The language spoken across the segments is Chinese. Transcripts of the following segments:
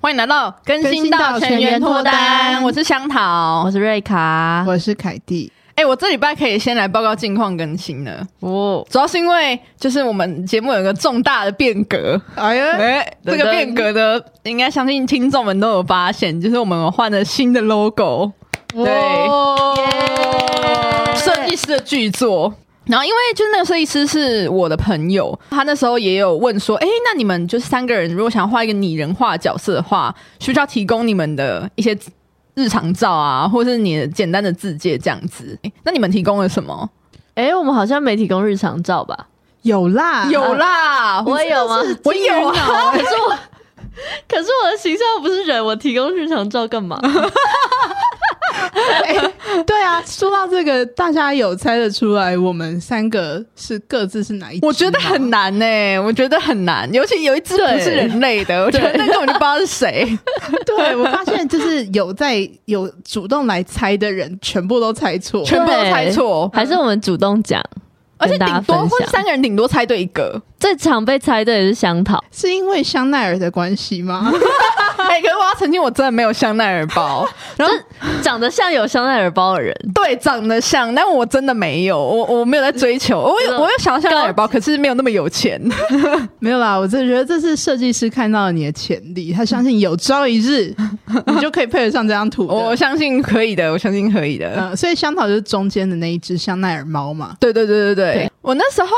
欢迎来到更新到全员脱单，我是香桃我。是瑞啊卡，我是凯蒂，哎、我这礼拜可以先来报告近况更新了，我主要是因为就是我们节目有一个重大的变革。哎呀，哎、这个变革的应该相信听众们都有发现，就是我们有换了新的 logo，哦耶设计师的巨作。然后，因为就是那个设计师是我的朋友，他那时候也有问说，哎，那你们就是三个人，如果想要画一个拟人化的角色的话，需不需要提供你们的一些日常照啊，或是你的简单的字界这样子？诶那你们提供了什么？哎、我们好像没提供日常照吧？有啦， 有啦，啊我有吗？我有啊，可是我，欸 可是我的形象又不是人，我提供日常照干嘛？对啊。说到这个，大家有猜得出来我们三个是各自是哪一只吗？我觉得很难呢、我觉得很难，尤其有一只对不是人类的，我觉得那根本就不知道是谁。对，我发现就是有在有主动来猜的人，全部都猜错。全部都猜错 对还是我们主动讲？而且跟大家顶多分或者享三个人顶多猜对一个。最常被猜对的是香桃，是因为香奈儿的关 系吗？哎、可是我要澄清，我真的没有香奈儿包，然就后是长得像有香奈儿包的人，对长得像，但我真的没有，我我没有在追求，我有我有想要香奈儿包，可是没有那么有钱。没有啦，我真的觉得这是设计师看到了你的潜力，他相信有朝 一日你就可以配得上这张图的。哦我相信可以的，我相信可以的。呃，所以香草就是中间的那一只香奈儿猫嘛。对对对对对，对我那时候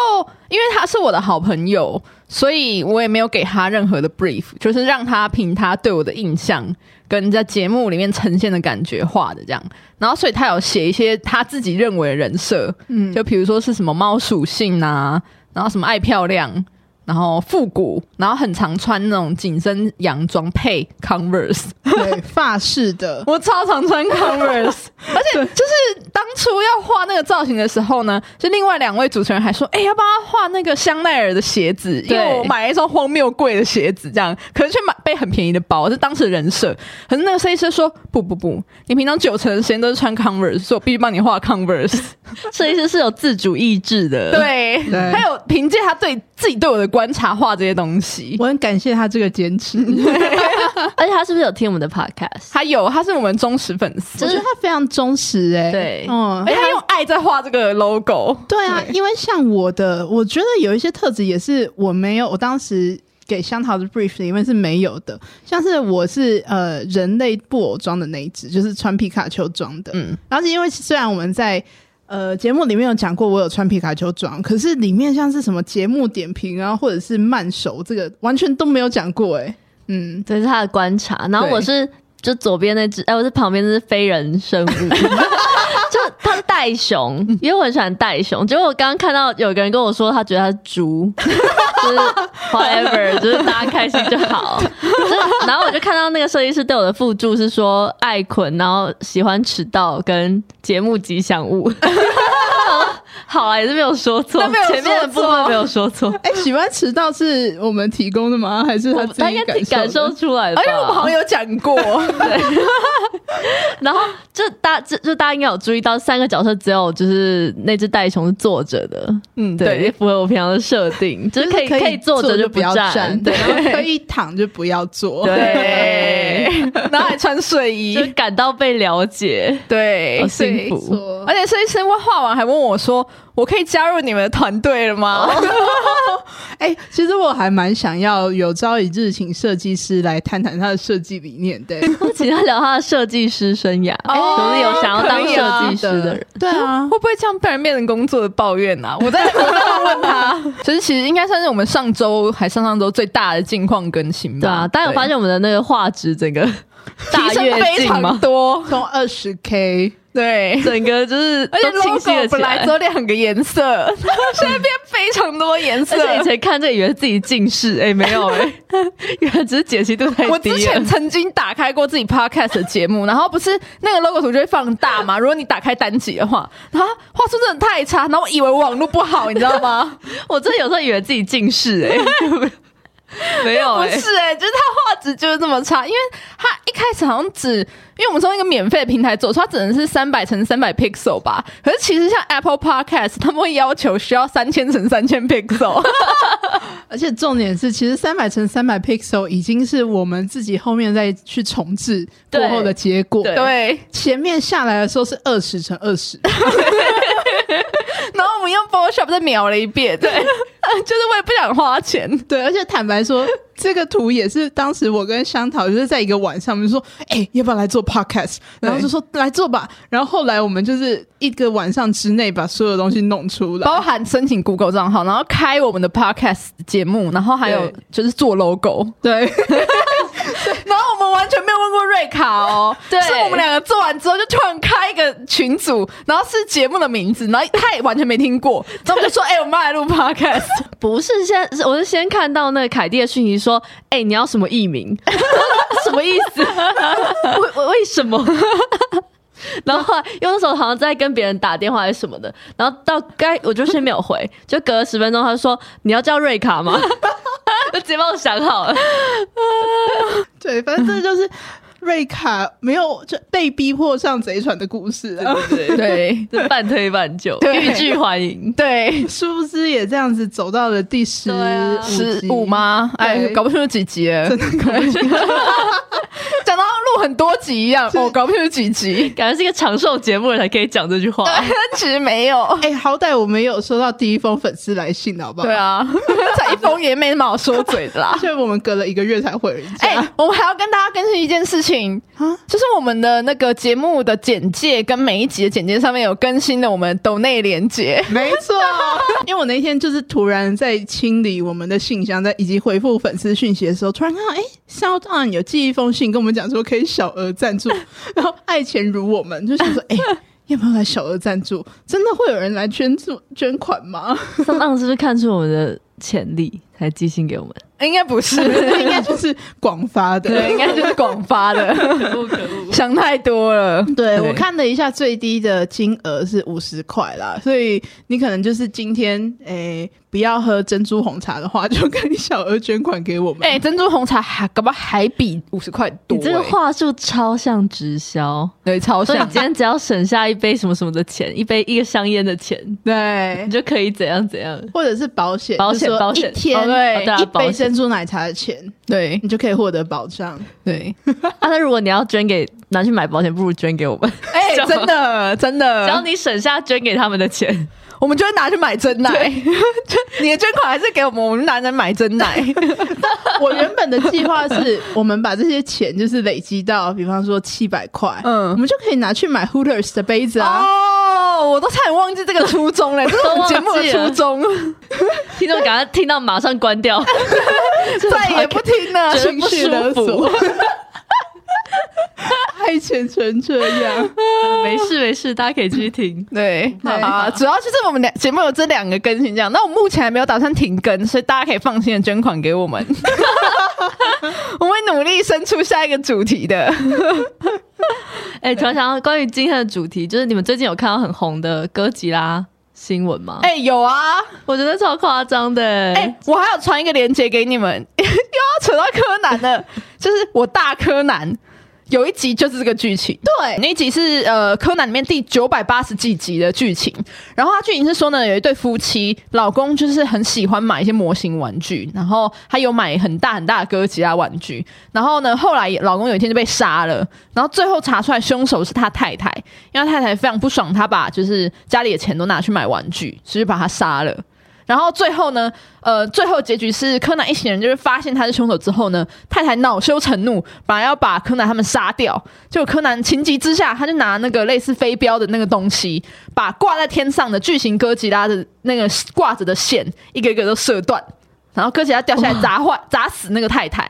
因为他是我的好朋友，所以我也没有给他任何的 brief，就是让他凭他对我的印象跟在节目里面呈现的感觉画的这样。然后，所以他有写一些他自己认为的人设，嗯，就比如说是什么猫属性啊，然后什么爱漂亮，然后复古，然后很常穿那种紧身洋装配 Converse。 对，发饰的。我超常穿 Converse，而 且就是当初要画那个造型的时候呢，就另外两位主持人还说，哎、要帮他画那个香奈儿的鞋子，因为对我买了一双荒谬贵的鞋子，这样，可是却买被很便宜的包，这当时的人设。可是那个设计师说，不不不，你平常九成的时间都是穿 Converse，所以我必须帮你画 Converse。设计师是有自主意志的。， 对，对 还有凭借他对自己对我的观察画这些东西。我很感谢他这个坚持，啊而且他是不是有听我们的 podcast？还有，他是我们忠实粉丝，我觉得他非常忠实哎、对嗯而，且他用爱在画这个 logo。对啊，对因为像我的，我觉得有一些特质也是我没有，我当时给香桃的 brief 里面是没有的，像是我是呃人类布偶装的那一只，就是穿皮卡丘装的，嗯，然后是因为虽然我们在呃节目里面有讲过我有穿皮卡丘装，可是里面像是什么节目点评啊，或者是慢熟这个完全都没有讲过哎、嗯，这是他的观察。然后对我是就左边那只，哎、我是旁边那只非人 生物，就它是袋熊，因为我很喜欢袋熊。结果我刚刚看到有个人跟我说，他觉得它是猪，就是 whatever，就是大家开心就好。就然后我就看到那个设计师对我的附注是说爱捆，然后喜欢迟到跟节目吉 祥物。好啊，也是没有说错，那没有说前面的部错分没有说错，哎、喜欢迟到是我们提供的吗？还是他我自他应己该感感受受的？出来吧。而且哎我们好像有讲 过，然后就大就就大家应该有注意到，三个角色只有就是那只袋熊是坐着的，嗯，对，也对，符合我平常的设 定，就是可以可以坐着就不不要站，对，然后可以躺就不要坐。对， 然后还穿睡就衣，感到被了解，对好，所以幸福。坐而且设计师画完还问我说：“我可以加入你们的团队了吗哦 哎、其实我还蛮想要有朝一日请设计师来谈谈他的设计理念的、哎我请他聊他的设计师生涯，哦就是有想要当可以啊设计师的人，对啊？”，会不会这样被人变成工作的抱怨 啊？我在我在问他，就是其实应该算是我们上周还上上周最大的近况更新吧。对啊。大家有发现我们的那个画质整个对大 提升跃非进常 吗？多？从二十 K 对，整个就是 而且都清晰了 logo 起本来来只。有两个颜色， 现在变非常多颜色而。且以前看这以为自己近视，哎、没有哎、 原来只是解析度太低了。我之前曾经打开过自己 podcast 的节目，然后不是那个 logo 图就会放大嘛？如果你打开单集的话，然后画质真的太差，然后我以为网络不好，你知道吗？我真的有时候以为自己近视 哎、 没有不哎、是哎、就是它画质就是这么差，因为它一开始好像只，因为我们从一个免费的平台走出，它只能是三百乘三百 pixel 吧。可是其实像 Apple Podcast，他们会要求需要三千乘三千 pixel，而且重点是，其实三百乘三百 pixel 已经是我们自己后面再去重置过对后的结果。 对对，前面下来的时候是二十乘二十，然后我们用 Photoshop 再描了一遍，对， 就是为了不想花钱。对，而且坦白说，这个图也是当时我跟香桃就是在一个晚上，我们就说，哎、要不要来做 podcast？然后就说来做吧。然后后来我们就是一个晚上之内把所有东西弄出来。包含申请 Google 账号，然后开我们的 Podcast 节目，然后还有对就是做 logo，对， 然后我们完全没有问过瑞卡 哦，对是我们两个做完之后就突然开一个群组，然后是节目的名字，然后 他也完全没听过，然后我们就说，哎、我们要来录 Podcast，不是先，是我是先看到那个凯蒂的讯息说，哎、你要什么艺名？ 什么意思？为为为什么？ 然后后来，因为那时候好像在跟别人打电话还是什么的，然后到该我就先没有回，就隔了十分钟，他就说你要叫瑞卡吗？ 就直接帮我想好了，对，反正这就是瑞卡没有就被逼迫上贼船的故事啊。对，对就半推半就，对欲拒还迎。对， 殊不知也这样子走到了第十对啊十五？吗？哎，对搞不清楚几集了，真的搞不清 楚。讲到录很多集一样，哦，搞不清楚几集，感觉是一个长寿节目才可以讲这句话。对，但 其实没有。哎、好歹我们也有收到第一封粉丝来信的，好不好？对。 啊，这一封也没什么好说嘴的啦而。且我们隔了一个月才回人家。哎、我们还要跟大家更新一件事情，啊，就是我们的那个节目的简介跟每一集的简介上面有更新的我们抖内连接。 没错，因为我那天就是突然在清理我们的信箱，在以及回复粉丝讯息的时候，突然看到哎、s o u n d On 有寄一封信跟我们讲说可以小额赞 助，然后爱钱如我们就想说哎。要不要来小额赞助？真的会有人来捐助捐款 吗？ 上浪是不是看出我们的潜力，才寄信给我们？ 应该不 是，应该就是广发的。对，应该就是广发 的，可恶可恶！想太多了。对对我看了一下，最低的金额是五十块啦，所以你可能就是今天诶、不要喝珍珠红茶的话，就可以小额捐款给我们。哎、珍珠红茶还搞不好还比五十块多、你这个哎话术超像直销，对超所以你像今。天只要省下一杯什么什么 的钱，一杯一个香烟的钱，对你，就可以怎样怎样。或者是保险，保就险是说保险一天、哦对哦对啊一保杯险珍珠奶茶的钱，对你就可以获得保障。 对， 啊，那如果你要捐给拿去买保险，不如捐给我 们， 哎、什么真的真只要的，你省下捐给他们 的钱。我们就会拿去买真奶。就 你的捐款还是给我们，我们拿着买真 奶。我原本的计划是我们把这些钱就是累积到，比方说七百块，嗯嗯，我们就可以拿去买 Hooters 的杯子啊。哦，我都差点忘记这个初衷 了，这是我们节目的初衷，听众赶快听到马上关 掉，再也不听 了。哦觉得情不绪舒勒索服。 爱钱成这样，没事没事，大家可以继续听。对，好啊，主要就是我们两节目有这两个更新这样，那我目前还没有打算停更，所以大家可以放心的捐款给我 们，我们会努力生出下一个主题的。哎、突然想到关于今天的主题，就是你们最近有看到很红的哥吉拉新闻吗？哎、有啊，我觉得超夸张的、欸哎、我还有传一个链接给你们， 又要扯到柯南了，就是我大柯南。有一集就是这个剧情，对，那一集是呃柯南里面第九百八十几集的剧情。然后他剧情是说呢，有一对夫妻，老公就是很喜欢买一些模型玩具，然后他有买很大很大的哥吉拉玩具。然后呢，后来老公有一天就被杀了，然后最后查出来凶手是他太太，因为他太太非常不爽，他把就是家里的钱都拿去买玩具，所以就把他杀了。然后最后呢，呃，最后结局是柯南一行人就是发现他是凶手之后呢，太太恼羞成怒，本来要把柯南他们杀掉，结果柯南情急之下，他就拿那个类似飞镖的那个东西，把挂在天上的巨型哥吉拉的那个挂着的线一个一个都射断，然后哥吉拉掉下来砸坏砸死那个太太，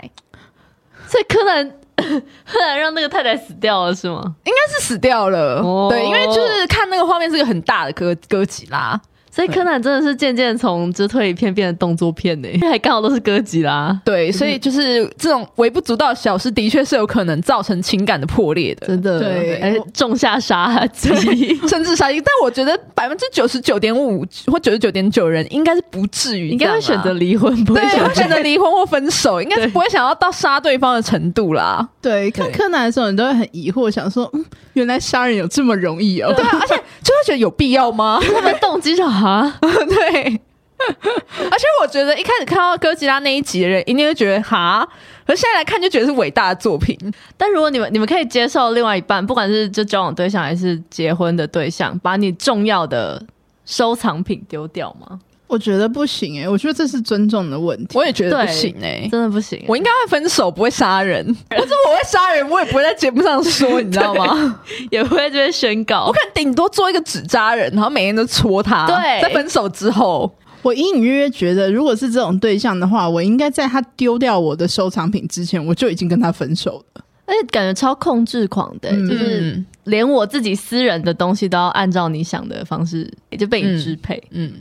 所以柯南 柯南让那个太太死掉了是吗？应该是死掉了，哦对，因为就是看那个画面是个很大的哥哥吉拉，所以柯南真的是渐渐从就推理片变成动作片呢、还刚好都是哥吉拉，对，所以就是这种微不足道的小事，的确是有可能造成情感的破裂的。真的对而且哎种下杀机。 甚至杀鸡，但我觉得百分之九十九点五或九十九点九人应该是不至于应这该样啊，会选择离婚，不会对，选会选择离婚或分 手，应该是对不会想要到杀对方的程度啦。对，看柯南的时候，你都会很疑惑，想说，嗯，原来杀人有这么容易哦。对啊，而且就会觉得有必要吗？ 他们动机就哈， 对，而且我觉得一开始看到哥吉拉那一集的人，一定会觉得哈，可是现在来看就觉得是伟大的作品。但如果你们你们可以接受另外一半，不管是就交往对象还是结婚的对象，把你重要的收藏品丢掉吗？我觉得不行哎、我觉得这是尊重的问题。我也觉得不对行哎、真的不行欸、我应该会分手，不会杀人。我怎么会杀人？我也不会在节目上说，你知道 吗？也不会这边宣告我可能顶多做一个纸扎人，然后每天都戳他。对在分手之后，我隐隐约约觉得，如果是这种对象的话，我应该在他丢掉我的收藏品之前，我就已经跟他分手了。而且感觉超控制狂的欸、嗯就是嗯连我自己私人的东西都要按照你想的方式，也就被你支配。嗯，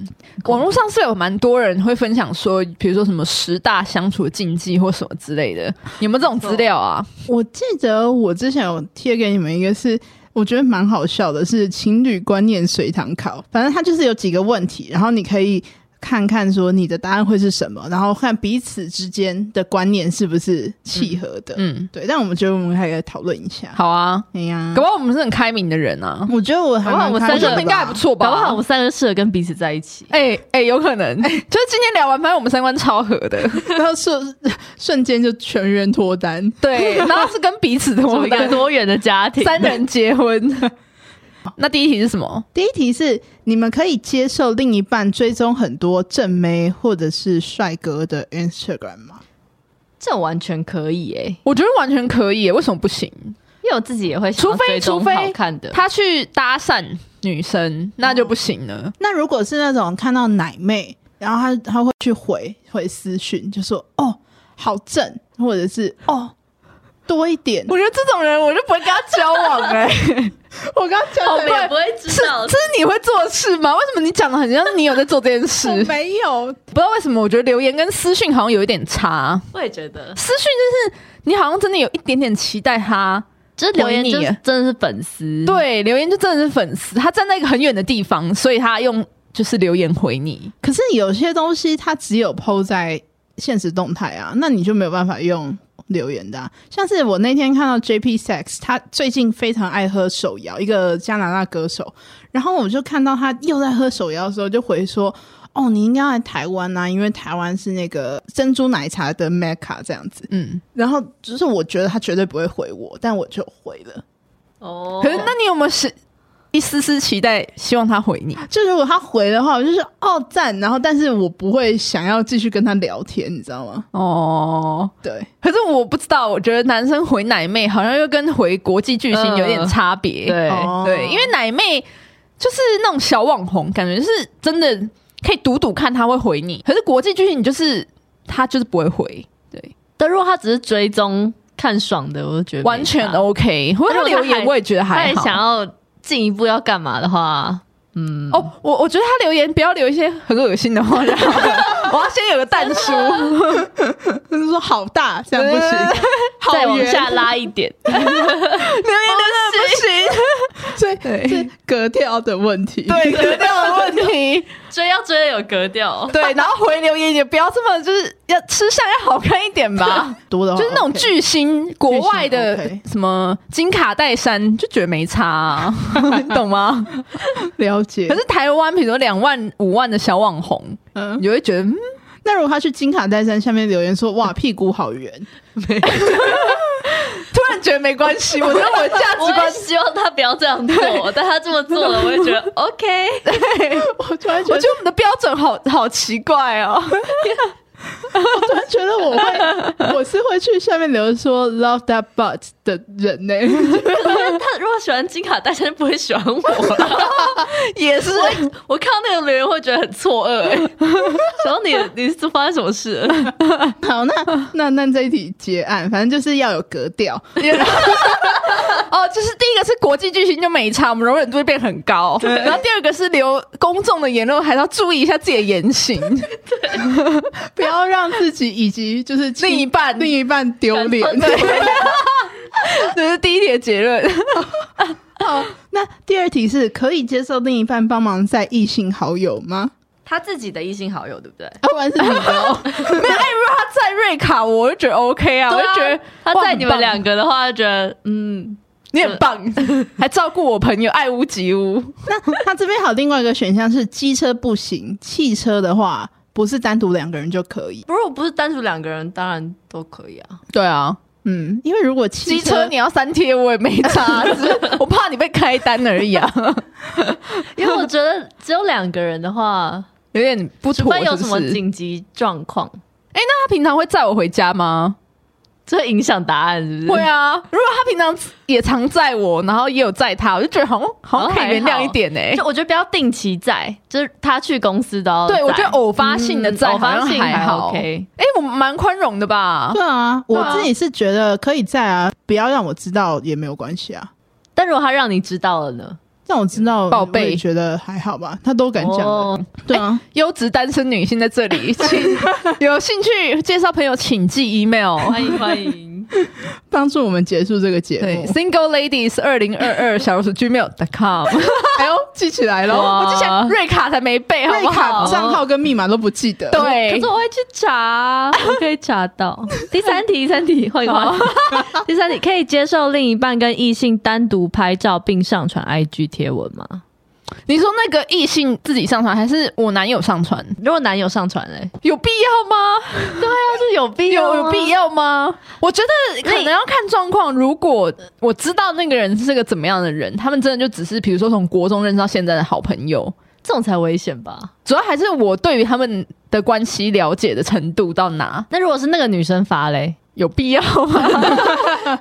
网络上是有蛮多人会分享说，比如说什么十大相处禁忌或什么之类的，有没有这种资料啊？我记得我之前有贴给你们一个是。我觉得蛮好笑的，是情侣观念随堂考。反正它就是有几个问题，然后你可以看看说你的答案会是什么，然后看彼此之间的观念是不是契合的。嗯，对，但我们觉得我们还可以讨论一下。，好啊，哎呀搞，不好我们是很开明的人啊，我觉得我还搞不好蛮我们开三我个觉得明的应该吧还不错吧？搞不好我们三个适合跟彼此在一起。哎哎、有可能，就是今天聊完，发现我们三观超合的，然后瞬 瞬间就全员脱单。 对， 然后是跟彼此 的，我我们一个的多元的家 庭，三人结婚。 那第一题是什么？第一题是你们可以接受另一半追踪很多正妹或者是帅哥的 Instagram 吗？ 这种完全可以诶、我觉得完全可以耶，为什么不行？因为我自己也会想要除非追踪除非好看的，他去搭讪女生，那就不行了。那如果是那种看到奶妹，然后他他会去回回私讯，就说哦好正，或者是哦多一 点。我觉得这种人，我就不会跟他交往哎、我刚刚讲我们的也不会是知道这。是你会做的事吗？为什么你讲的很像你有在做这件 事？我不哦没有，知道为什么，我觉得留言跟私讯好像有一点差。我也觉得，私讯就是你好像真的有一点点期待他，就是留言就回你是耶真的是粉丝，，对，留言就真的是粉丝，他站在一个很远的地方，所以他用就是留言回你。可是有些东西它只有 PO 在现实动态啊，那你就没有办法用留言的、啊。像是我那天看到 JP Sex，他最近非常爱喝手摇，一个加拿大歌手，然后我就看到他又在喝手摇的时候，就回说。哦，你应该要来台湾呐、啊，因为台湾是那个珍珠奶茶的 Mecca 这样子。嗯，然后就是我觉得他绝对不会回我，但我就回了。哦可是那你有没有是一丝丝期待，希望他回你？就如果他回的话，我就是哦赞，然后但是我不会想要继续跟他聊天，你知道吗？哦，对，可是我不知道，我觉得男生回奶妹好像又跟回国际巨星有点差别。对哦对，因为奶妹就是那种小网红，感觉是真的可以赌赌看他会回你。可是国际巨星，你就是他就是不会回，对，但如果他只是追踪看爽的，我就觉得没完全差 OK。或者他但如果他留言，还我也觉得他还也好。想要进一步要干嘛的话，嗯，哦，我我觉得他留言不要留一些很恶心的话 就好了，我要先有个淡书。就是说好大，这样不行。再往圆下拉一点，留言 所以对是格调的问题。 真的不行，对，格调的问题， 追要追的有格调，对，然后回留言也不要这么，就是要吃相要好看一点吧，多的话就是那种哦 OK 巨星、国外的巨星，OK 什么金卡戴珊，就觉得没差、啊，你懂吗？了解。可是台湾，比如说两万、五万的小网红，嗯你，就会觉得，嗯，那如果他去金卡戴珊下面留言说 哇屁股好圆，突然觉得没关系，我觉得我的价值我观也希望他不要这样做，但他这么做 了，我也觉得 OK。我突然觉我得觉得我们的标准好好奇怪哦。我突然觉得我 会我是会去下面留言说 love that butt 的 人呢、他如果喜欢金卡戴珊，就不会喜欢我了。 也是，我看到那个留言会觉得很错愕、 欸，想说你你是发生什么事了？好，那那那这一题结案，反正就是要有格调。 哦，就是第一个是国际巨星就没差，我们容忍度会变很高。然后第二个是留公众的言论，还是要注意一下自己的言行。不要让自己以及就是亲另一半另一半丢脸。 这是第一题的结论。好，那第二题是可以接受另一半帮忙在异性好友吗？他自己的异性好友对 不对？要不然是你的 哦、没有，哎，如果他在瑞卡，我就觉得 OK 啊，我就觉得他哇在你们很棒两个的话，就觉得嗯，你很棒， 还照顾我朋友，爱屋及乌。它这边还有另外一个选项是机车不行，汽车的话不是单独两个人就可以。如果不是单独两个人，当然都可以啊。对啊，嗯，因为如果汽机车你要三贴我也没差，只是我怕你被开单而已啊，因为我觉得只有两个人的话，有点不除妥非有是什不么是哎紧急状况，他平常会载我回家吗？这会影响答案是不是？会啊，如果他平常也常载我，然后也有载他，我就觉得好像好像可以原谅一点哎、 就我觉得不要定期在，就是他去公司都要在。对，我觉得偶发性的载嗯偶好发像性还好。 OK。哎、我蛮宽容的吧？对啊，对我啊自己是觉得可以在啊，不要让我知道也没有关系啊。但如果他让你知道了呢？让我知道报备我也觉得还好吧。他都敢讲了，哦对啊，优质单身女性在这里，请有兴趣介绍朋友，请寄 email。欢迎欢迎，帮助我们结束这个节对目。 ，single ladies 二零二二小老鼠 gmail.com。哎呦，记起来然后喽哇！我之前瑞卡才没背，好瑞不卡好？账号跟密码都不记得。 可对是，我会去查，我可以查到。 第三题，第三题，换一个话题。 第三题，可以接受另一半跟异性单独拍照并上传 IG 贴文吗？你说那个异性自己上传，还是我男友上传？如果男友上传嘞、有必要吗？那是有必啊有有必要。要吗？我觉得可能要看状况。如果我知道那个人是个怎么样的人，他们真的就只是比如说从国中认识到现在的好朋友，这种才危险吧？主要还是我对于他们的关系了解的程度到哪，那如果是那个女生发嘞，有必要吗？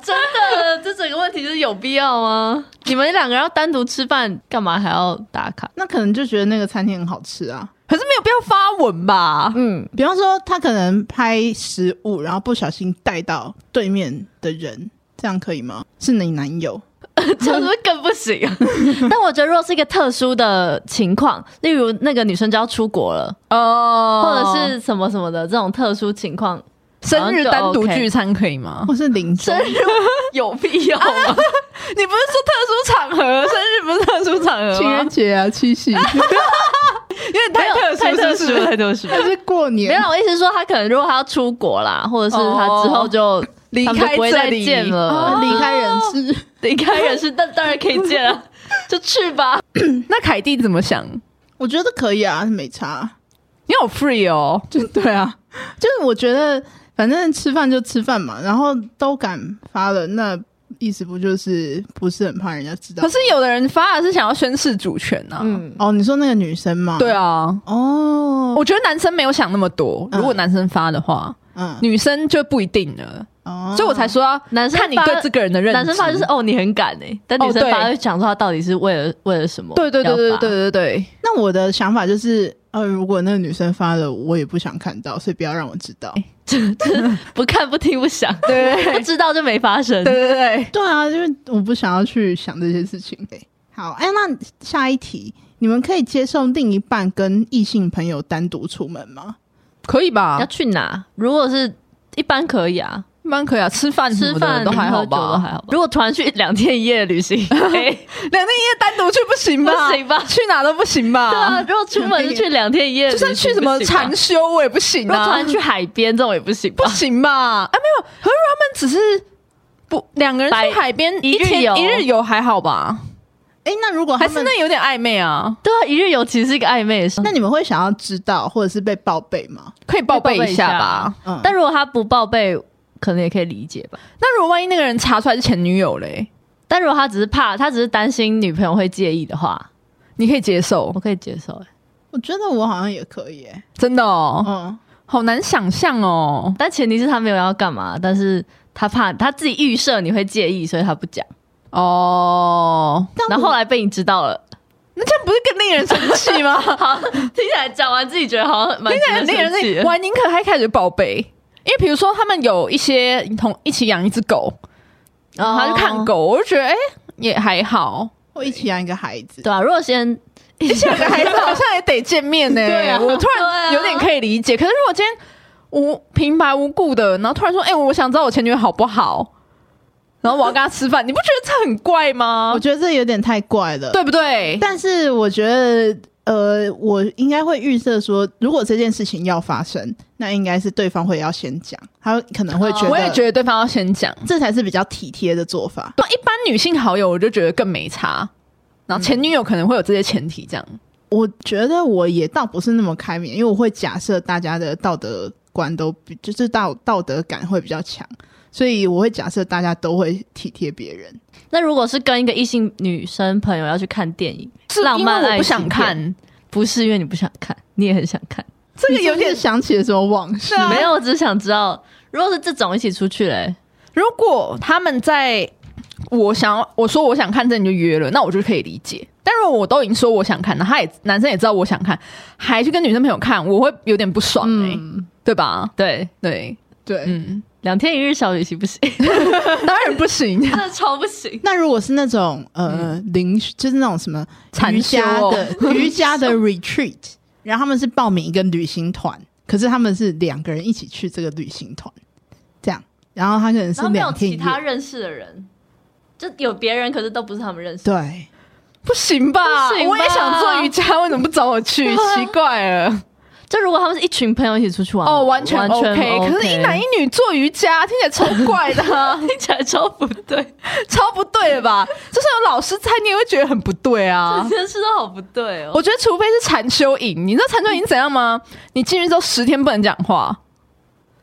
真的，这整个问题就是有必要吗？你们两个人要单独吃饭，干嘛还要打卡？那可能就觉得那个餐厅很好吃啊。 可是没有必要发文吧？嗯，比方说，他可能拍食物，然后不小心带到对面的人，这样可以吗？是你男友， 这样是不是更不行、啊？ 但我觉得，如果是一个特殊的情况，例如那个女生就要出国了，哦或者是什么什么的这种特殊情况，生日单独好像就 OK 聚餐可以吗？或是邻 居？有必 要吗？你不是说特殊场合，生日不是特殊场合吗情人节啊，七夕，有点没太有特殊，太特是殊不是了，太特殊了。但是过没年有，我意思是说，他可能如果他要出国啦，或者是他之后就离他们就开不会这再里见了，离开人世，哦离开人 世，但当然可以见啊，就去吧。那凯蒂怎么想？我觉得可以啊，没差。你好 free 哦，就对啊，就是我觉得反正吃饭就吃饭嘛，然后都敢发了，那意思不就是不是很怕人家知道？可是有的人发的是想要宣示主权呐、嗯，哦，你说那个女生嘛，对，啊，哦，我觉得男生没有想那么多。嗯如果男生发的话，嗯，女生就不一定了，哦，所以我才说要男生看你发对这个人的认知。男生发就是哦，你很敢哎、但哦女生发对会想说他到底是为了为了什么？对对对对对对，对对，那我的想法就是，呃，如果那个女生发了，我也不想看到，所以不要让我知道。不看不听不想， 对不知道就没发生。对对对，对啊，因为我不想要去想这些事情。好，哎，那下一题，你们可以接受另一半跟异性朋友单独出门吗？可以吧要？去哪？如果是一般可以啊，蛮可以啊，吃饭什吃么的饭都还喝好酒都吧还？好吧。如果突然去两天一夜的旅 行，哎 两天一夜单独去不行吧？不行吧去哪都不行吧？对啊，如果出门就去两天一夜，就算去什么长，禅修，我也不行如果突啊然，去海边这种也不行吧不？行吧？啊，没有，可是他们只是不两个人白去海边一一日天游哦一日游还好吧？哎，那如果还他是们，那有点暧昧啊？对啊，一日游其实是一个暧昧的事。那你们会想要知道，或者是被报备吗？可以报备一下啊吧？嗯，但如果他不报备，可能也可以理解吧。那如果万一那个人查出来是前女友嘞，但如果他只是怕，他只是担心女朋友会介意的话，你可以接受我？可以接受、欸。我觉得我好像也可以、哎，真的哦，嗯，好难想象哦。但前提是他没有要干嘛，但是他怕他自己预设你会介意，所以他不讲。哦，但然后后来被你知道了，那这样不是更令人生气吗？好，听起来讲完自己觉得好像蛮听起来很令人生气生的气。我宁可还开始报备，因为比如说他们有一些同一起养一只狗，然后他就看哦狗，我就觉得哎、也还好。我一起养一个孩子，对啊，如 果先现在的孩子好像也得见面呢、对啊我突对啊然有点可以理解。可是如果今天无平白无故的，然后突然说，哎、我想知道我前女友好不好，然后我要跟他吃饭，你不觉得这很怪吗我？觉得这有点太怪了。，对不对？但是我觉得，呃，我应该会预设说，如果这件事情要发生，那应该是对方会要先讲，他可能会觉得，啊我也觉得对方要先讲。这才是比较体贴的做法。对，一般女性好友我就觉得更没差，然后前女友可能会有这些前提，这样。我觉得我也倒不是那么开明，因为我会假设大家的道德观都比就是道道德感会比较强，所以我会假设大家都会体贴别人。 那如果是跟一个异性女生朋友要去看电影，是浪因为漫我爱不情想片看，不是因为你不想看，你也很想看，这个有点想起了什么往事？啊没有，我只是想知道，如果是这种一起出去嘞，如果他们在我想要我说我想看这你就约了，那我就可以理解。但如果我都已经说我想看，那他也男生也知道我想看，还去跟女生朋友看，我会有点不爽哎、嗯，对吧？对，对，对。嗯，两天一日小旅行不行，当然不行， 真的超不行。那如果是那种呃灵，就是那种什么禅瑜修伽嗯哦的 瑜伽的 retreat，然后他们是报名一个旅行团，可是他们是两个人一起去这个旅行团，这样，然后他可能是然后没有两天其一夜，他认识的人，就有别人，可是都不是他们认识的。对，不行吧？不行吧我也想做瑜伽，为什么不找我 去？奇怪了。就如果他们是一群朋友一起出去玩，哦，完全全 OK，, 可是，一男一女做瑜伽，听起来超怪 的啊、听起来超不对，超不对的吧？就算有老师在，你也会觉得很不对啊 这。件事都好不对哦。我觉得，除非是禅修营，你知道禅修营是怎样吗？你进去之后十天不能讲话，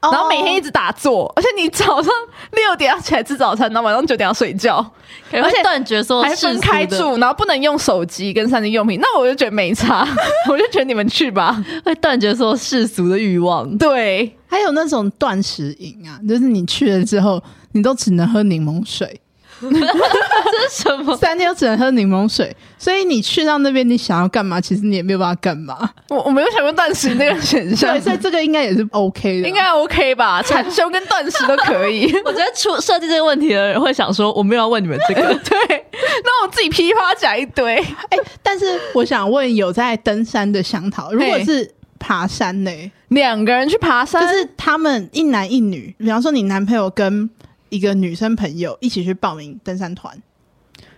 哦哦然后每天一直直打坐，而且你早上六点要起来吃早餐，然后晚上九点要睡觉，可能会而且断绝哦说还分开住，然后不能用手机跟三 C 用品。那我就觉得没差，我就觉得你们去 吧。会断绝说世俗的欲 望。对，还有那种断食饮啊，就是你去了之后，你都只能喝柠檬水， 这是什么？三天都只能喝柠檬水，所以你去到那边，你想要干嘛，其实你也没有办法干嘛。我我没有想过断食那个选项对，，所以这个应该也是 OK 的，应该 OK 吧？禅修跟断食都可 以。我觉得出设计这个问题的人会想说，我没有要问你们这个。对，那我自己噼啪讲一堆。哎、但是我想问，有在登山的香桃，如果是爬山呢、两个人去爬山，就是他们一男一女，比方说你男朋友跟一个女生朋友一起去报名登山团，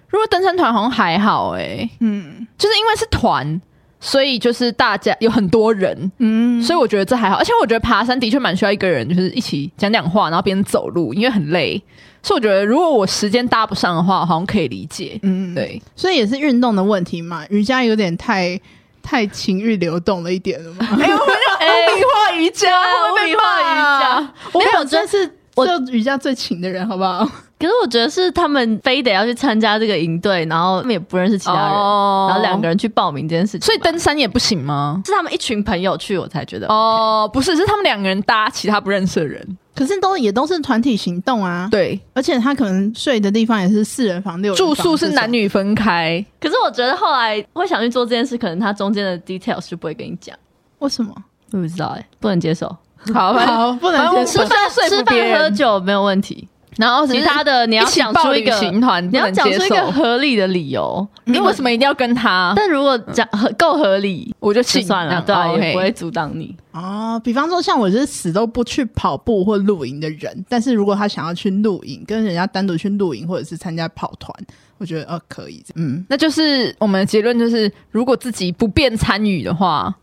如果登山团好像还好哎、嗯就是因为是团，所以就是大家有很多人，嗯，所以我觉得这还好。而且我觉得爬山的确蛮需要一个人，就是一起讲讲话，然后边走路，因为很累。所以我觉得如果我时间搭不上的话，我好像可以理解。嗯，对，所以也是运动的问题嘛，瑜伽有点太太情欲流动了一点了 嘛。 哎、我们哎要物理化瑜伽，物 会理被化骂瑜 啊伽。我没有本身是我就瑜伽最勤的人，好不好？可是我觉得是他们非得要去参加这个营队，然后他们也不认识其他人，哦然后两个人去报名这件事情吧，所以登山也不行吗？是他们一群朋友去，我才觉得哦，不是，是他们两个人搭其他不认识的人。 可是都也都是团体行动啊，对，而且他可能睡的地方也是四人房、六人住房宿是这种男女分开，可是我觉得后来会想去做这件事，可能他中间的 details 就不会跟你讲，为什么？我不知道哎、不能接受。 好，反正好，不反正能我接受不。是要说服吃别饭人喝酒没有问题，然后只其是他的你要一起讲报出一旅个，行团，你要讲出出一一个个，合理的理由。你为什么一定要跟他？嗯但如果讲合够合理，我就就气算了，对啊、也不。这样会哦阻挡你。哦，比方说像我就是死都不去跑步或露营的人，但是如果他想要去露营，跟人家单独去露营或者是参加跑团，我觉得呃可以，嗯，那就是我们的结论就是，如果自己不便参与的话，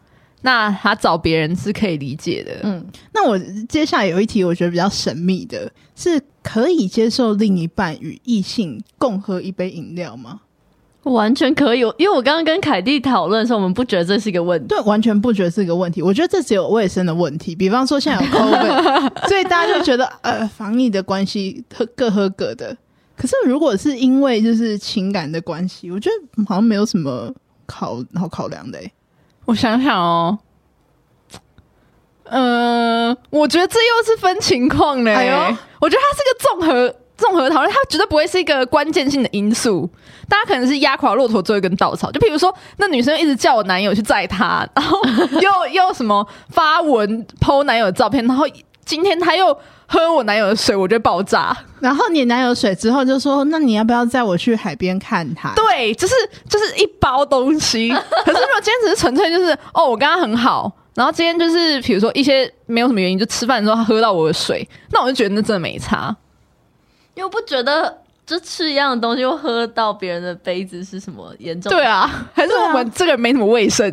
那他找别人是可以理解的。嗯，那我接下来有一题，我觉得比较神秘的，是可以接受另一半与异性共喝一杯饮料吗？完全可以。因为我刚刚跟凯蒂讨论的时候，我们不觉得这是一个问题。对，完全不觉得是个问题。我觉得这只有卫生的问题，比方说现在有 COVID，所以大家就觉得呃，防疫的关系喝各喝各的。可是如果是因为就是情感的关系，我觉得嗯好像没有什么考好考量的、欸。我想想哦，嗯，我觉得这又是分情况嘞。哎呦我觉得它是个综合综合讨论，它绝对不会是一个关键性的因素。大家可能是压垮骆驼最后一根稻草。就比如说，那女生一直叫我男友去载她，然后又又什么发文 PO 男友的照片，然后今天她又喝我男友的水，我就会爆炸。然后你男友水之后就说：“那你要不要载我去海边看海？”对，就是就是一包东西。可是如果今天只是纯粹就是哦，我跟他很好，然后今天就是比如说一些没有什么原因，就吃饭的时候他喝到我的水，那我就觉得那真的没差。因因为我不觉得就吃一样的东西，又喝到别人的杯子是什么严重的对 啊，还是我们这个人没什么卫 生。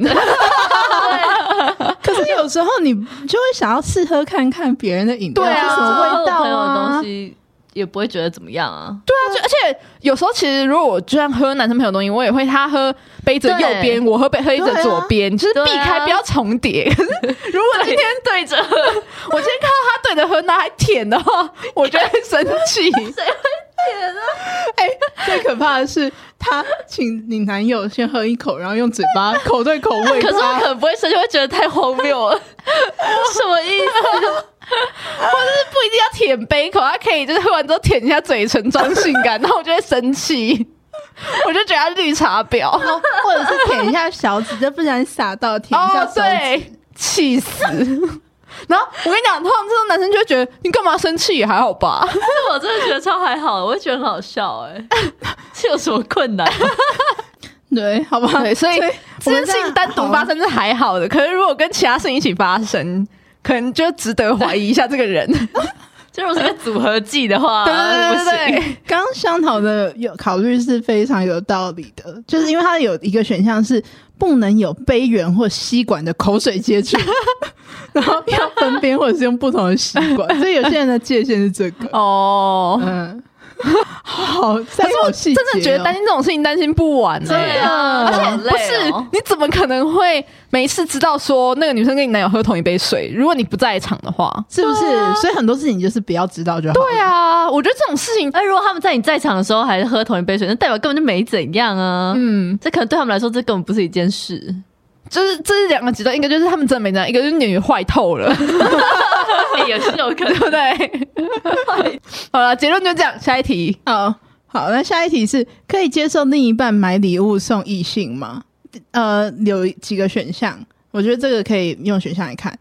啊可是有时候你就会想要试喝看看别人的饮料对是啊什么味道朋友的啊东。西也不会觉得怎么样啊。对啊，就而且有时候其实如果我就算喝男生朋友的东西，我也会他喝杯子的右边，我喝杯杯子的左边，就是避对开啊不要重叠。可是如果今天对 着我今天看到他对着喝，那还舔的话，我就会生 气。啊哎、最可怕的是，他请你男友先喝一口，然后用嘴巴 口对口喂可是我他。可能不会生气，会觉得太荒谬了，什么意思？不一定要舔杯口，他可以就是喝完之后舔一下嘴唇装性感，然后我就会生气， 我就觉得他绿茶婊。然后 或者是舔一下小指，就不小心撒到舔一下哦，手指。对，气死。然后我跟你讲，通常这种男生就会觉得你干嘛生气，还好 吧？但 我真的觉得超还好，我会觉得很好笑哎、 是有什么困难？ 对，好吧。对，所以这我件们这事样情单独发生是还好的，可是如果跟其他事情一起发生，可能就值得怀疑一下这个 人。就如果是个组合技的话，对啊对对不对行。对，刚刚香桃的有考虑是非常有道理的，就是因为它有一个选项是不能有杯缘或吸管的口水 接触，然后要分边或者是用不同的吸 管，所以有些人的界限是这个。哦。嗯，好，可但是好我细真节的觉得哦担心这种事情担心不完欸呢、对啊，而且好不是累哦，你怎么可能会每一次知道说那个女生跟你男友喝同一杯水？如果你不在场的话，是不是对啊？所以很多事情就是不要知道就好。对，啊，我觉得这种事情，哎而如果他们在你在场的时候还喝同一杯水，那代表根本就没怎样啊。嗯，这可能对他们来说，这根本不是一件事。就是这是两个极端，一个就是他们真的没这样，一个就是女坏透 了，对欸也是 有可能。 不对？好了，结论就这样，下一题。哦，好，那下一题是可以接受另一半买礼物送异性吗？呃，有几个选项，我觉得这个可以用选项来看。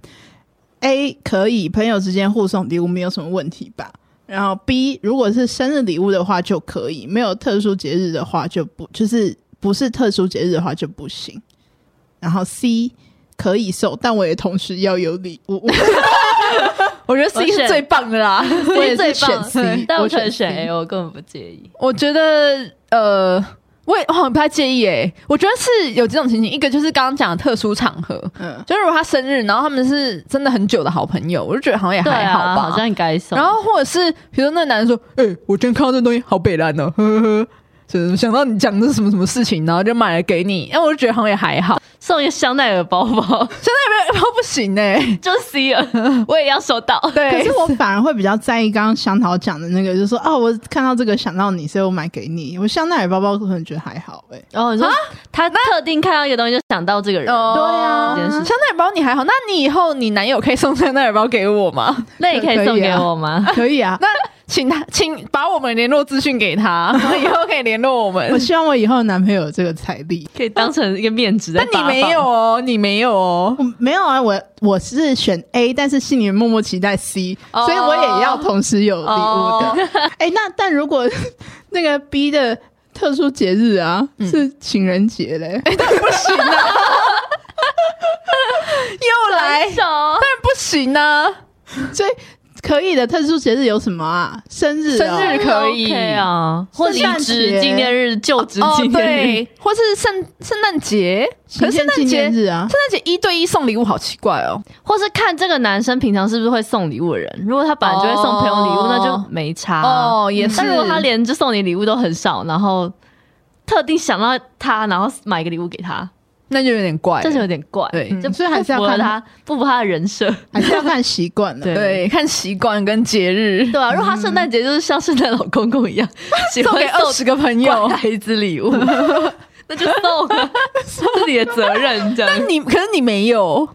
A 可以，朋友之间互送礼物没有什么问题吧？然后 B 如果是生日礼物的话就可以，没有特殊节日的话就不，就是不是特殊节日的话就不行。然后 C 可以送，但我也同时要有礼物。我觉得 C 我选是最棒的啦，我也是最棒选 C，但我可能选选 C A，我根本不介意。 我觉得呃，我也我好像不太介意诶、我觉得是有几种情形，一个就是刚刚讲的特殊场合，嗯，就是如果他生日，然后他们是真的很久的好朋友，我就觉得好像也对还好啊，吧。好像该送。然后或者是比如说那个男人说：“哎、我今天看到这东西好北蓝哦，呵呵呵。”就是想到你讲的是什么什么事情，然后就买了给你，然后我就觉得好像也还好。送一个香奈儿包包， 现在没有不行哎、就是 C 了，我也要收到。可对，是我反而会比较在意刚刚香桃讲的那个，就是说哦，我看到这个想到你，所以我买给你。我香奈儿包包可能觉得还好哎、 然后你说啊他特定看到一个东西就想到这个人，哦这件事情香奈儿包你还好，那你以后你男友可以送香奈儿包给我吗？ 那你可以送给我吗？可以啊。那请他，请把我们联络资讯给他，然后以后可以联络我们我。希望我以后的男朋友有这个财力。可以当成一个面值在但发你放。没有哦，你没有哦。我没有啊，我我是选 A，但是心里默默期待 C，、哦所以我也要同时有礼物的。哎、 哎哦那但如果那个 B 的特殊节日啊、嗯是情人 节嘞，哎又来，手，但不行啊呢、所以可以的特殊节日有什么啊？生日、哦、生日可以 OK 啊，或离圣诞职节纪念日、就职哦纪，念日对，或是圣圣诞节，可晴是天圣纪诞节念日啊圣，诞节一对一送礼物好奇怪哦，或是看这个男生平常是不是会送礼物的人。如果他本来就会送朋友礼物，哦那就没差啊。哦也但如果他连就送你礼物都很少，然后特定想到他，然后买个礼物给他，那就有点怪了，这就有点怪。哎对就嗯所以还是要不符合看他，不符合他的人设。还是要看习惯了。对对，看习惯跟节日，对啊，如果他圣诞节就是像圣诞老公公 一样，喜送欢给二十个朋送友乖。孩子礼物， 那就送 啊，是自己的责任这但样。你可是你没有，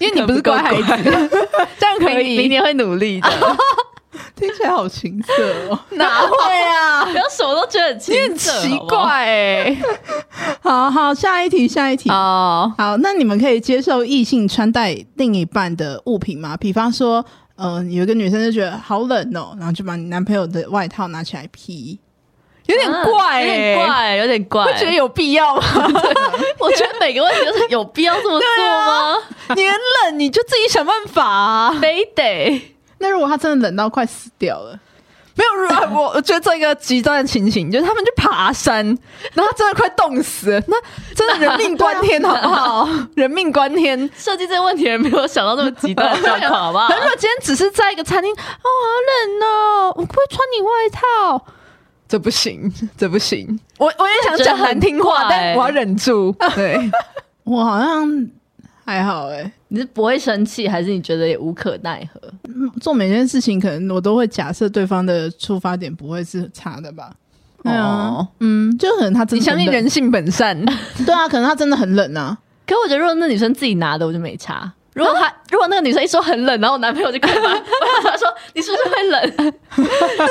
因为你不是乖孩子，子，这样可明明以？年会努力的，听起来好情色哦。哪会啊？不要什么都觉得很青你很涩奇。好不好怪哎、 好好，下一题，下一题。哦，好，那你们可以接受异性穿戴另一半的物品吗？比方说，呃，有一个女生就觉得好冷哦，然后就把你男朋友的外套拿起来披。有点怪啊哎、有点怪，有 点怪。会觉得有必要吗？ 我觉得每个问题都是有必要这么做吗？你很冷，你就自己想办法啊、非得那如果他真的冷到快死掉了，没有，如果我我觉得这一个极端的情形，就是他们去爬山，然后真的快冻死了，那真的人命关天，好不 好？人命关天。设计这个问题也没有想到这么极端的状况，好不好 可？是如果今天只是在一个餐厅，哦，好冷哦，我不会穿你外套，这不行，这不行。我我也想讲难听话，真的很怪欸但我要忍住。 对，我好像还好哎、你是不会生气，还是你觉得也无可奈何？做每件事情，可能我都会假设对方的出发点不会是差的吧。对啊哦嗯，就可能他真你的很相信冷人性本 善？对啊，可能他真的很冷啊。可我觉得，如果那女生自己拿的，我就没差。如果啊她，如果那个女生一说很冷，然后我男朋友就看他， 我想说你是不是会 冷？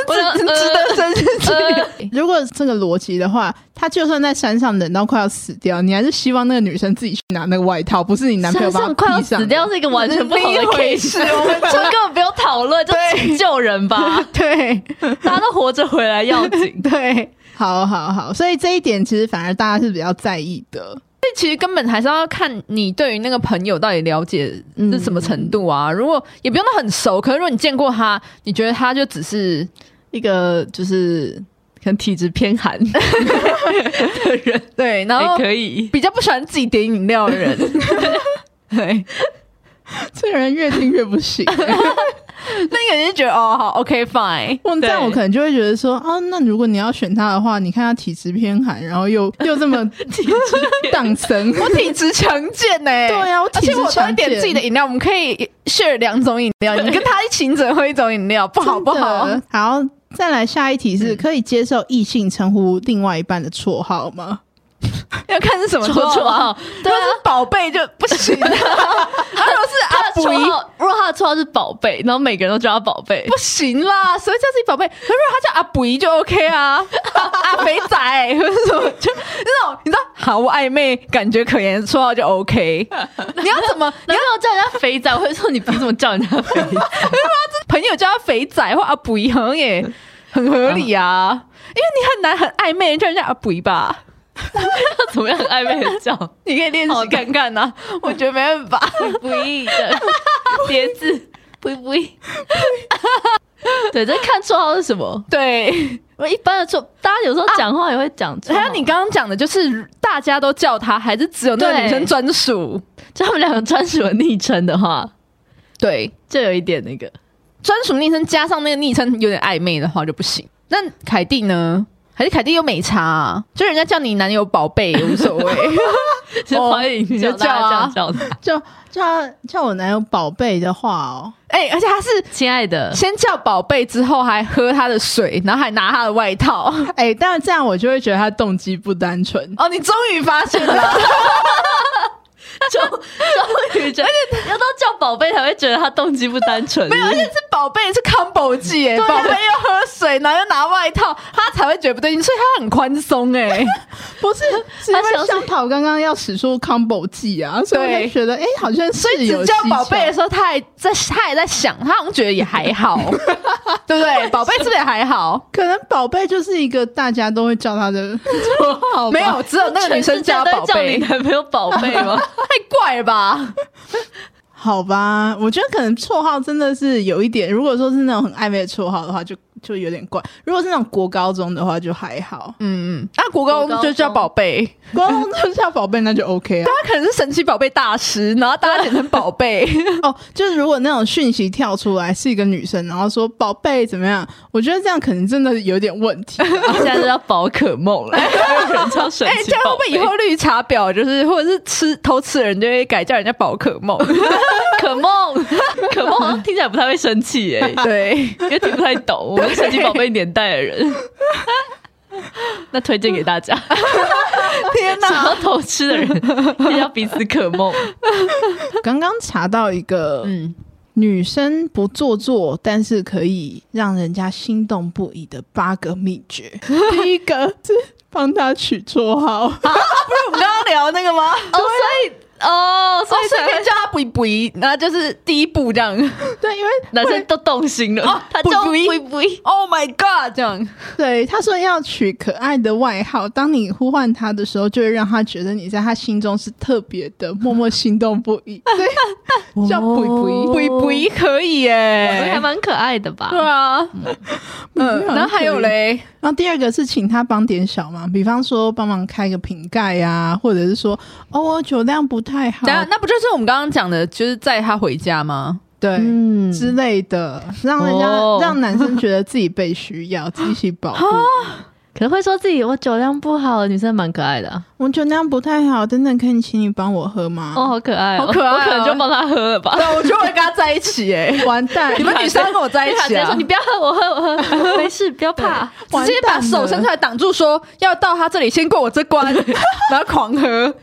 我想值呃得真是呃，如果这个逻辑的话，他就算在山上冷到快要死掉，你还是希望那个女生自己去拿那个外套，不是你男朋友山把她上快要披上死掉是一个呃完全 不同的另一回 case，事我们这根本不用讨论，就对请救人吧， 对大家都活着回来 要紧。对，好好好，所以这一点其实反而大家是比较在意的。所以其实根本还是要看你对于那个朋友到底了解嗯是什么程度啊。如果也不用到很熟，可是如果你见过他，你觉得他就只是一个就是可能体质偏寒的人，对， 然也哎后可以。比较不喜欢自己点饮料的人，对，这个人越听越不 行、那个人就觉得哦好，OK fine，我但对我可能就会觉得说，啊，那如果你要选他的话，你看他体质偏寒，然后又又这么体质荡 生，我体质强健呢、对啊我而体质且我都会强点健自己的饮料，我们可以 share 两种饮料，你跟他一起只喝一种饮料，不好不好真。的？好，再来下一题是、可以接受异性称呼另外一半的绰号吗？要看是什么绰绰号啊对、如果是宝贝就不行、 啊，如他果的是阿绰布啊号，如果他的绰号是宝贝，然后每个人都叫他宝贝，不行啦，谁会叫自己宝贝？可是如果他叫阿布姨就 OK 啊， 阿肥仔或者什么，就那种你知道，好我暧昧感觉可言的绰号就 OK。你要怎么？你要叫人家肥仔，我会说你凭什么叫人家肥仔？朋友叫他肥仔或阿布姨，好像也很合理啊，因为你很难很暧昧地叫人家阿布姨吧。要怎么样暧昧的叫？你可以练习看看呐、我觉得没办法。不一的叠字，不不 一。对，这看绰号是什么？对，我一般的绰，大家有时候讲话也会讲绰号。还哎有你刚刚讲的，就是大家都叫他，还是只有那个对女生专属？就他们两个专属的昵称的话，对，就有一点那个。哦专属昵称加上那个昵称有点暧昧的话就不行。那凯蒂呢？还是凯蒂又没差、啊，就人家叫你男友宝贝也无所谓。 哦就欢迎你就啊叫大家这样叫他，就叫他叫我男友宝贝的话哦，哎、而且他是亲爱的，先叫宝贝，之后还喝他的水，然后还拿他的外 套。哎、但是这样我就会觉得他动机不单纯。哦，你终于发现了， 终终于觉得，而且要到叫宝贝才会觉得他动机不单纯。没有，而且是宝贝是 combo 技耶，啊宝贝又喝水，然后又拿外套，他才会觉得不对劲，所以他很宽松 哎。不是，是因他想为像跑刚刚要使出 combo 技啊，所以我对就觉得哎、好像是所以有只叫蹊宝贝跷的时候，他还在，他也在想，他好像觉得也还 好，对不对？宝贝是不是也还好？可能宝贝就是一个大家都会叫他的绰号吧，没有，只有那个女生叫全世界都宝会叫贝，你男朋友宝贝吗？太怪了吧？。好吧？我觉得可能绰号真的是有一点，如果说是那种很暧昧的绰号的话，就就有点怪；如果是那种国高中的话，就还好嗯嗯，那国高国高就叫中宝贝，国高中就叫宝贝，那就 OK 啊。他可能是神奇宝贝大师，然后大家简称宝 贝。哦，就是如果那种讯息跳出来是一个女生，然后说宝贝怎么样，我觉得这样可能真的有点问题。现在就叫宝可梦了，还有人叫神哎，奇这样会宝不会贝。以后绿茶婊就是，或者是吃偷吃的人就会改叫人家宝可梦？可梦，可梦好像听起来不太会生气耶、 对。因为听不太懂，我们神奇宝贝年代的人。那推荐给大家， 天想！要偷吃的人也要彼此可梦。 刚刚查到一个，嗯，女生不做作，但是可以让人家心动不已的八个秘 诀。第一个是帮她取绰号，啊 不是我们刚刚聊那个吗？哦，所以哦，所所以以才可以会叫他补一补一，然后就是第一步这样。 对，因为男生都动心了，他不叫不一哦不不一 Oh my god！这样对他说要取可爱的外号，当你呼唤他的时候，就会让他觉得你在他心中是特别的，默默心动不 已。对，叫不不补一补一可以还耶，蛮可爱的吧？对啊，嗯，然后还有嘞，然后第二个是请他帮点小忙，比方说帮忙开个瓶盖呀、或者是说哦我酒量不太好等，下那不就是我们刚刚讲的，就是载他回家吗？对、嗯，之类的，让人家、哦让男生觉得自己被需要，自己保护。可能会说自己我酒量不好，女生蛮可爱的啊、我酒量不太好，等等，可以请你帮我喝吗？哦，好可爱、哦，好可爱哦我可能就帮他喝了吧 对。，啊我觉得我会跟他在一起 耶。完蛋，你们女生要跟我在一他直起接说啊你？不要喝，我喝我喝， 没事，不要怕。直接把手伸出来挡住说，要到他这里先过我这 关，然后狂喝。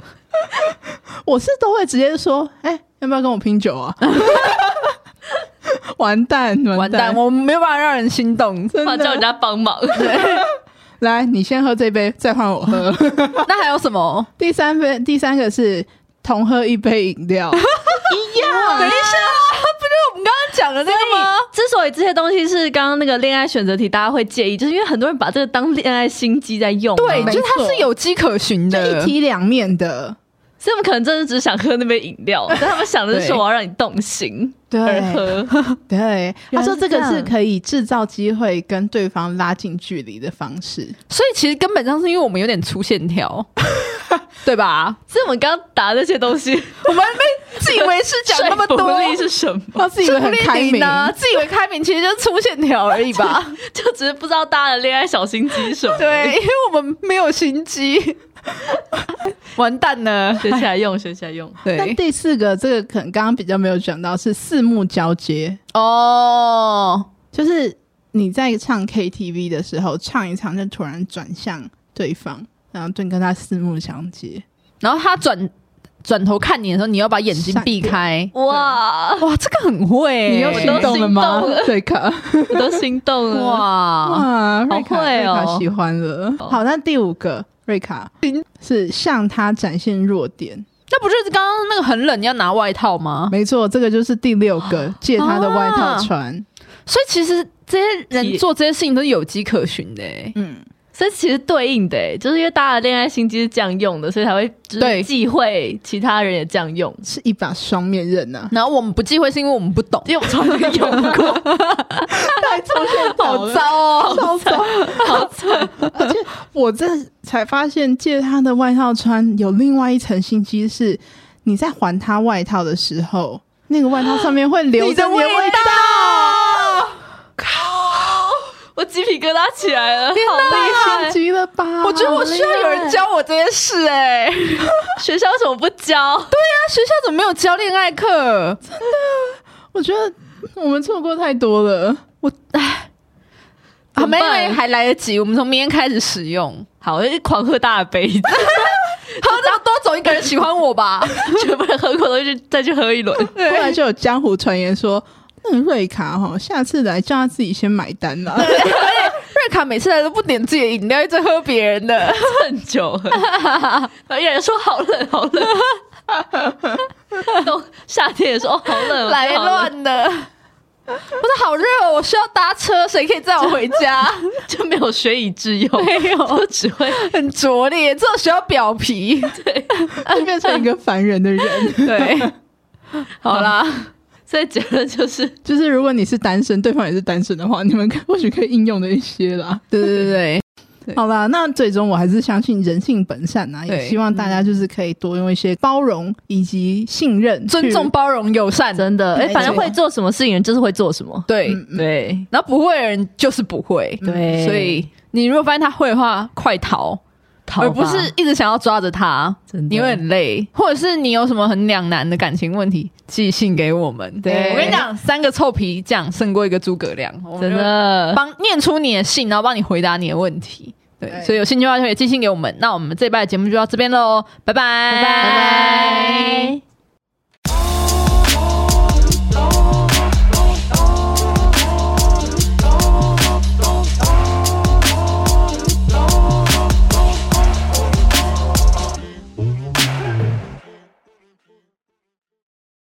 我是都会直接说，哎、要不要跟我拼酒啊？ 完蛋，完蛋，蛋，我没有办法让人心动。真怕的叫人家帮忙，来，你先喝这杯，再换我喝。那还有什么？第三杯，第三个是同喝一杯饮料，一样等一下，不是我们刚刚讲的那个吗？之所以这些东西是刚刚那个恋爱选择题，大家会介意，就是因为很多人把这个当恋爱心机在用、啊。对，没就是它错是有迹可循这一的。体两面的，所以他们可能真的只想喝那杯饮 料，但他们想的是说对我要让你动心而对喝。对。他说这个原来是这是样可以制造机会跟对方拉近距离的方式，所以其实根本上是因为我们有点粗线 条，对吧？ 所以我们刚刚答这些东 西，我们被自以为是讲那 么说服多，力是什么？他自以是为不很开列明宁呢？自以为开明，其实就是粗线条而已吧？ 就只是不知道大家的恋爱小心机是什么。 对，因为我们没有心机， 完蛋了。学起来用，学起来用。那对，第四个，这个可能刚刚比较没有讲到，是四目交接，哦，就是你在唱 KTV 的时候，唱一唱就突然转向对方，然后就跟他四目相接。然后他转转头看你的时候，你要把眼睛避开。哇，哇，这个很会，你又我心都动了吗心动了？瑞卡，我都心动了。哇，哇，瑞卡，好会瑞哦卡喜欢了。哦好，那第五个，瑞卡是向他展现弱点。那不就是刚刚那个很冷要拿外套吗？没错，这个就是第六个，借他的外套穿。所以其实这些人体做这些事情都是有迹可循的、欸。嗯，所以其实对应的、欸，就是因为大家的恋爱心机是这样用的，所以才会就是对，忌讳其他人也这样用。是一把双面刃呐、啊 然后我们不忌讳，是因为我们不懂。因为我从来没有用过，太抽象，好糟 哦！超糟，好惨。而且我这才发现，借他的外套穿有另外一层心机是，你在还他外套的时候，那个外套上面会 留你着的你的味道。道，我鸡皮疙瘩起来 了，好太厉心害！机了吧？我觉得我需要有人教我这件事哎、对呀、学校为什么不教？学校怎么没有教恋爱课？我觉得我们错过太多了。啊，怎么没办没还来得及，我们从明天开始使用。 好，我就狂喝大杯， 好，然后多走一个人喜欢我吧。全部人喝过都去再去喝一轮。后来就有江湖传言说，那个瑞卡哈，下次来叫他自己先买单啦。 瑞卡每次来都不点自己的饮料，一直喝别人 的。很久了，然后一人说好冷好 冷，都夏天也说哦好冷来，好冷乱的。我说好热哦，我需要搭车，谁可以载我回 家？就没有学以致用，没有，就只会很拙劣，这需要表皮。就变成一个烦人的人。对， 好啦，所以结论 就是就是如果你是单身，对方也是单身的话，你们可或许可以应用的一些啦。对对对好啦，那最终我还是相信人性本善啊，对也希望大家就是可以多用一些包容以及信任，尊重、。包容、友善，真的，哎、没错反正会做什么事情人就是会做什么，对。嗯对然后不会的人就是不会，对，所以你如果发现他会的话，快逃，逃吧而不是一直想要抓着他，真的你会很累。或者是你有什么很两难的感情问题，寄信给我们。对我跟你讲，三个臭皮匠胜过一个诸葛亮，我们真就的，帮念出你的信，然后帮你回答你的问题。对，对所以有兴趣的话就可以寄信给我们。那我们这一拜的节目就到这边喽，拜拜，拜拜